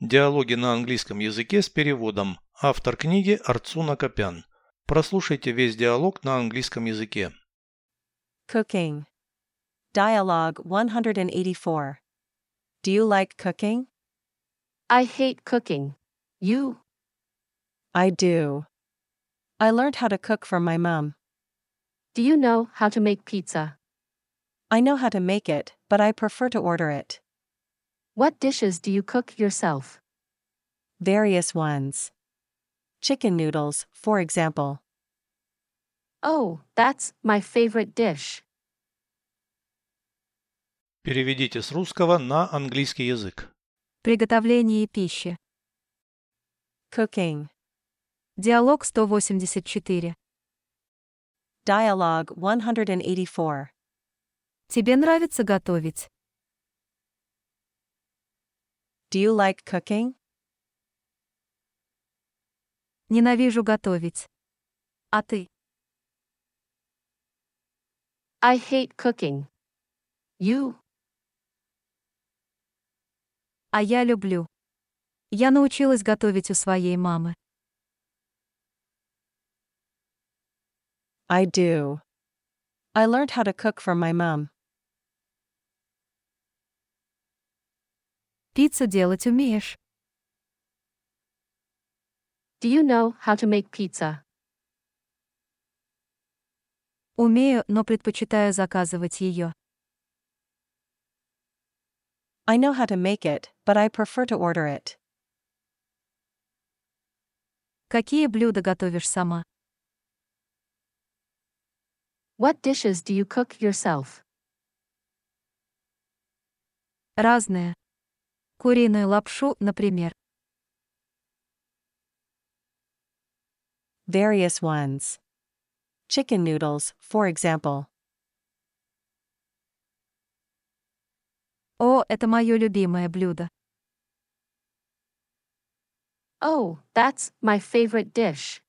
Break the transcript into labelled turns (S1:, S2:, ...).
S1: Диалоги на английском языке с переводом. Автор книги Арцуна Копян. Прослушайте весь диалог на английском языке.
S2: Cooking. Dialogue 184. Do you like cooking?
S3: I hate cooking. You?
S2: I do. I learned how to cook from my mum.
S3: Do you know how to make pizza?
S2: I know how to make it, but I prefer to order it.
S3: What dishes do you cook yourself?
S2: Various ones. Chicken noodles, for example.
S3: Oh, that's my favorite dish.
S1: Переведите с русского на английский язык.
S4: Приготовление пищи.
S2: Cooking.
S4: Диалог 184.
S2: Dialogue 184.
S4: Тебе нравится готовить?
S2: Do you like cooking?
S4: Ненавижу готовить. А ты?
S3: I hate cooking. You?
S4: А я люблю. Я научилась готовить у своей мамы.
S2: I do. I learned how to cook from my mum.
S4: Пиццу делать умеешь?
S3: Do you know how to make pizza?
S4: Умею, но предпочитаю заказывать ее.
S2: I know how to make it, but I prefer to order it.
S4: Какие блюда готовишь сама?
S3: What dishes do you cook yourself?
S4: Разные. Куриную лапшу, например.
S2: Various ones. Chicken noodles, for example.
S4: О, это мое любимое блюдо.
S3: Oh, that's my favorite dish.